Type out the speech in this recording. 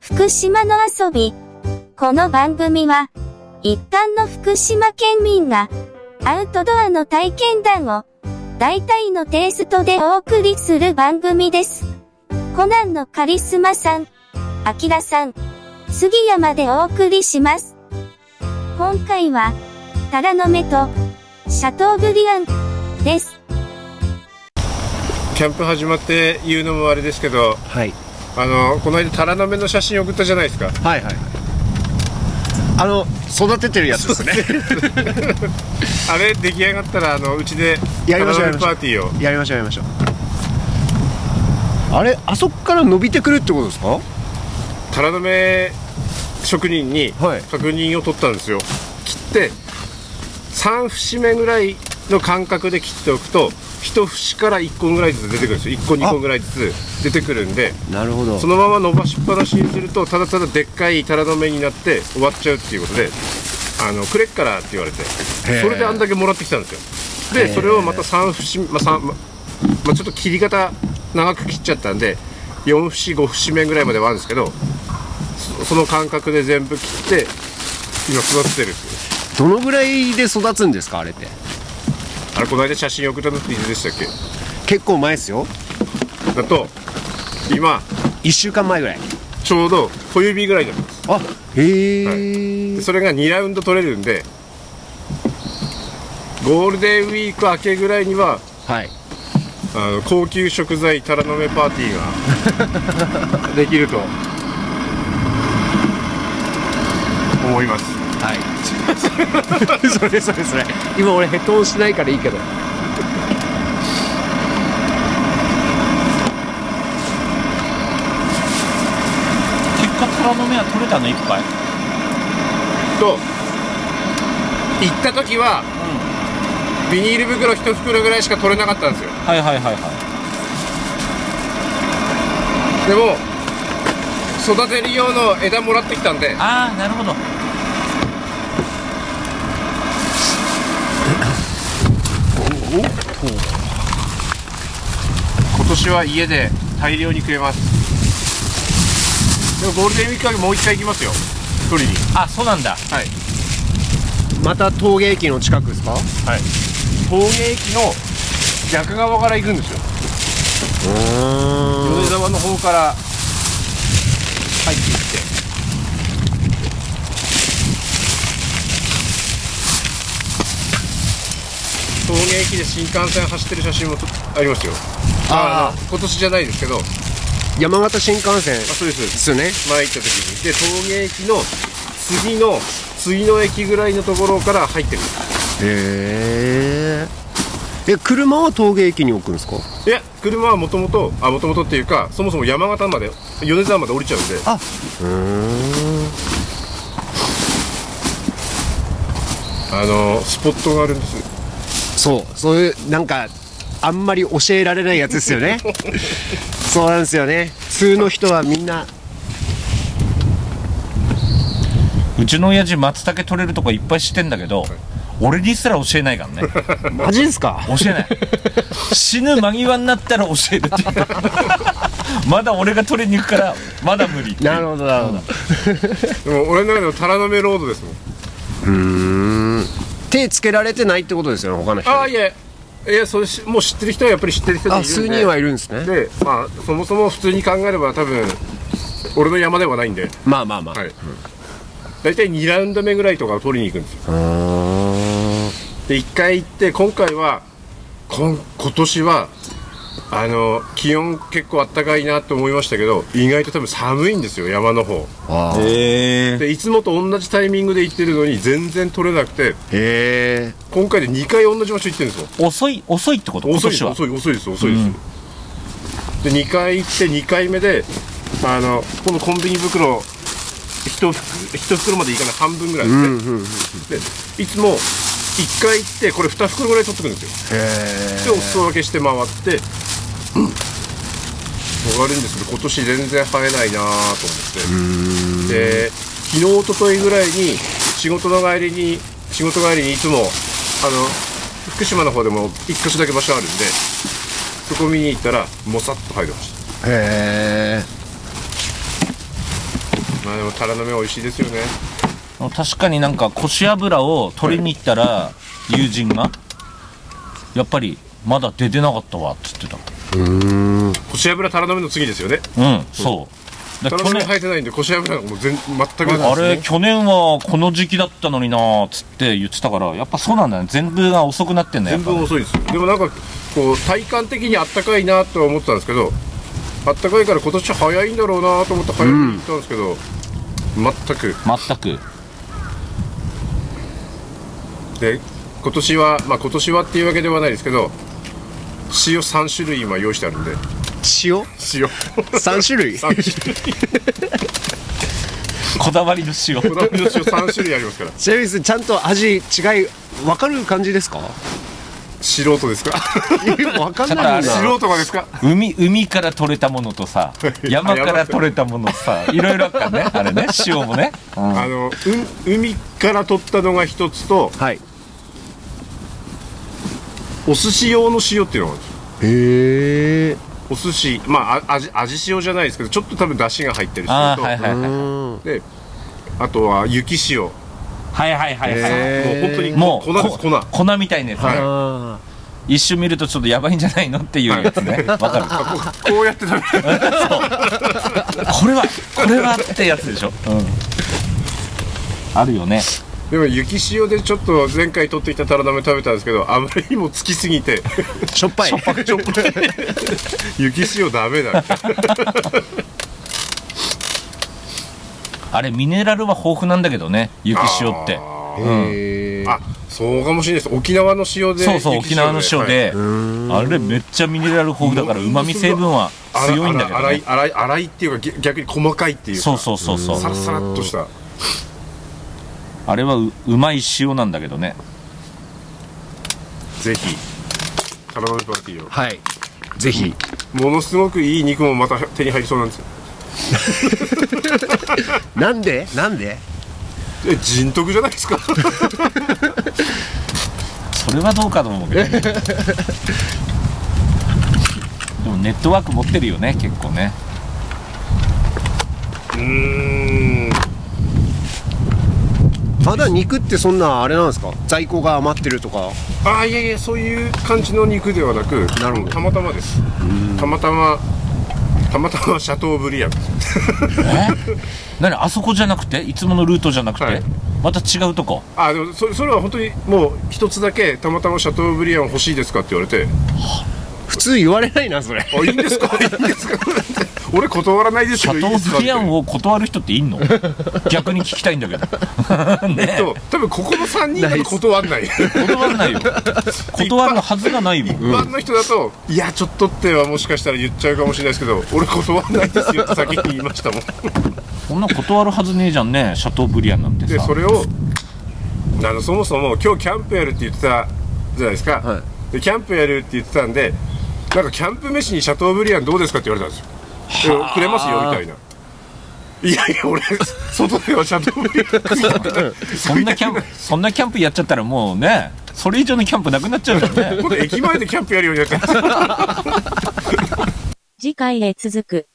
福島の遊び。この番組は、一般の福島県民が、アウトドアの体験談を、大体のテイストでお送りする番組です。コナンのカリスマさん、アキラさん、杉山でお送りします。今回は、タラの芽と、シャトーブリアン、です。キャンプ始まって言うのもあれですけどはい、あのこの間タラの芽の写真送ったじゃないですかはいはいはいあの育ててるやつですねあれ出来上がったらあのうちでやりましょタラのうやりま芽しパょうーティーをやりましょうやりましょうあれあそこから伸びてくるってことですかタラの芽職人にはい確認を取ったんですよ、切って3節目ぐらいの間隔で切っておくと1節から1個ぐらいずつ出てくるんですよ1個2個ぐらいずつ出てくるんでなるほどそのまま伸ばしっぱなしにするとただただでっかいタラの芽になって終わっちゃうっていうことであのくれっからって言われてへーそれであんだけもらってきたんですよへでーそれをまた3節まあ三ままあ、ちょっと切り方長く切っちゃったんで4節5節目ぐらいまではあるんですけどそその間隔で全部切って今育ててるっていうどのぐらいで育つんですかあれってあれこの間写真送ったのっていつでしたっけ結構前ですよだと今1週間前ぐらいちょうど小指ぐらいになってますあへえ、でそれが2ラウンド取れるんでゴールデンウィーク明けぐらいにははいあの高級食材タラの芽パーティーが できると思いますはい それそれそれ今俺ヘッドホンしないからいいけど結果タラの芽は取れたの一杯と行った時は、ビニール袋1袋ぐらいしか取れなかったんですよはいはいはいはでも育てる用の枝もらってきたんでああなるほど今年は家で大量に食えますでもゴールデンウィーク明けもう一回行きますよ取りにあそうなんはだいまた陶芸駅の近くですかはい陶芸駅の逆側から行くんですよう米沢の方から入ってきて陶芸駅で新幹線走ってる写真もとありますよあーの今年じゃないですけどあ山形新幹線でそうですそうですすよね前行った時にで陶芸駅の次の次の駅ぐらいのところから入ってるへええ車は陶芸駅に置くんですかいや車はもともとあもともとっていうかそもそも山形まで米沢まで降りちゃうんであうんあのスポットがあるんですそうそういうなんかあんまり教えられないやつですよね そうなんですよね普通の人はみんなうちの親父松茸取れるとこいっぱい知ってんだけど俺にすら教えないからねマジですか教えない死ぬ間際になったら教えるっていう まだ俺が取りに行くからまだ無理なるほどなるほどでも俺の中でのタラの芽ロードですもん手つけられてないってことですよね他の人にああいやいやそれしもう知ってる人はやっぱり知ってる人でいあるんで数人はいるんですねでまあそもそも普通に考えれば多分俺の山ではないんでまあまあまあ、はい、大体2ラウンド目ぐらいとかを取りに行くんですようーんで1回行って今回はこん今年はあの気温結構あったかいなと思いましたけど意外と多分寒いんですよ山の方あーへえでいつもと同じタイミングで行ってるのに全然取れなくてへえ今回で2回同じ場所行ってるんですよ遅い遅いってこと今遅いで年すは遅い遅いです遅いです、で2回行って2回目であのこのコンビニ袋一袋一袋までいかない半分ぐらいですね、でいつも1回行ってこれ2袋ぐらい取ってくるんですよへでお裾分けして回って、終わるんですけど今年全然生えないなぁと思ってで昨日おとといぐらいに仕事の帰りに仕事帰りにいつもあの福島の方でも一箇所だけ場所あるんでそこ見に行ったらもさっと入りましたえへえまあでもタラの芽美味しいですよね確かになんか腰油を取りに行ったら友人がやっぱりまだ出てなかったわっつってた腰油タラの芽の次ですよねうんそうだタからラの芽去年生えてないんで腰油がもう全全く出てないあれ去年はこの時期だったのになーっつって言ってたからやっぱそうなんだね全部が遅くなってんだよ全やっぱ部遅いですよでもなんかこう体感的にあったかいなとは思ってたんですけどあったかいから今年早いんだろうなと思って早めに行ったんですけど、全く全くで今年はまあ今年はっていうわけではないですけど塩3種類今用意してあるんで塩塩三種 類三種類こだわりの塩こだわりの塩3種類あり ますからちなみにちゃんと味違い分かる感じですか素人ですか分かんちょな っいとあな 素人がですか海海から取れたものとさ山から取れたものさいろいろあったねあれね塩 もね、うんあの、うん、海から取ったのが一つとはいお寿司用の塩っていうのがあるんですよへえお寿司まああ味味塩じゃないですけどちょっと多分出汁が入ってる塩とあーはいはいはいであとは雪塩もうはいはいはいはい、へ本当にもう粉ですこ粉粉みたいなやつ、ねあ一瞬見るとちょっとやばいんじゃないのっていうやつねわかるこうやって食 べるこれはこれはってやつでしょ、うん、あるよねでも雪塩でちょっと前回取ってきたタラダメ食べたんですけどあまりにもつきすぎ てーしょっぱいちょっと雪塩ダメだみたいなあれミネラルは豊富なんだけどね雪塩ってあへえーあそうかもしれないです沖縄の塩でそうそう雪沖縄の塩はいで、あれめっちゃミネラル豊富だからううんまみ成分はあら強いんだけど、あら粗ねい、粗い粗いっていうかぎ逆に細かいっていうかそうそうそうそうサラサラっとしたあれはううまい塩なんだけどねぜひタラダメパーティーをはいぜひものすごくいい肉もまた手に入りそうなんですよなんでなんでえ人徳じゃないです かそれはどうかと思うけど、 ね、でもネットワーク持ってるよね結構ねうーんまだ肉ってそんなあれなんですか在庫が余ってるとかああいやいやそういう感じの肉ではなくなるほどたまたまですたまたまたまたまシャトーブリアンですえ 何あそこじゃなくていつものルートじゃなくて、はいまた違うとこあでもそそれは本当にもう一つだけたまたまシャトーブリアン欲しいですかって言われて普通言われないなそれあいいんですかいいんですか俺断らないですシけどいャトいですーかブリアンをを断る人ってい んの逆に聞きたいんだけどねえと多分ここの3人だと断らない 一断らないよ断るはずがないもん般の人だと「いやちょっと」ってはもしかしたら言っちゃうかもしれないですけど俺断らないですよって先に言いましたもんそんな断るはずねえじゃんねシャトーブリアンなんてでさそれをあのそもそも今日キャンプやるって言ってたじゃないですか、はでキャンプやるって言ってたんでなんかキャンプ飯にシャトーブリアンどうですかって言われたんですよでくれますよみたいないやいや俺外ではシャトーブリアン食いたくないそんなキャンプそんなキャンプやっちゃったらもうねそれ以上のキャンプなくなっちゃうじゃんね今度駅前でキャンプやるようになっちゃった次回へ続く。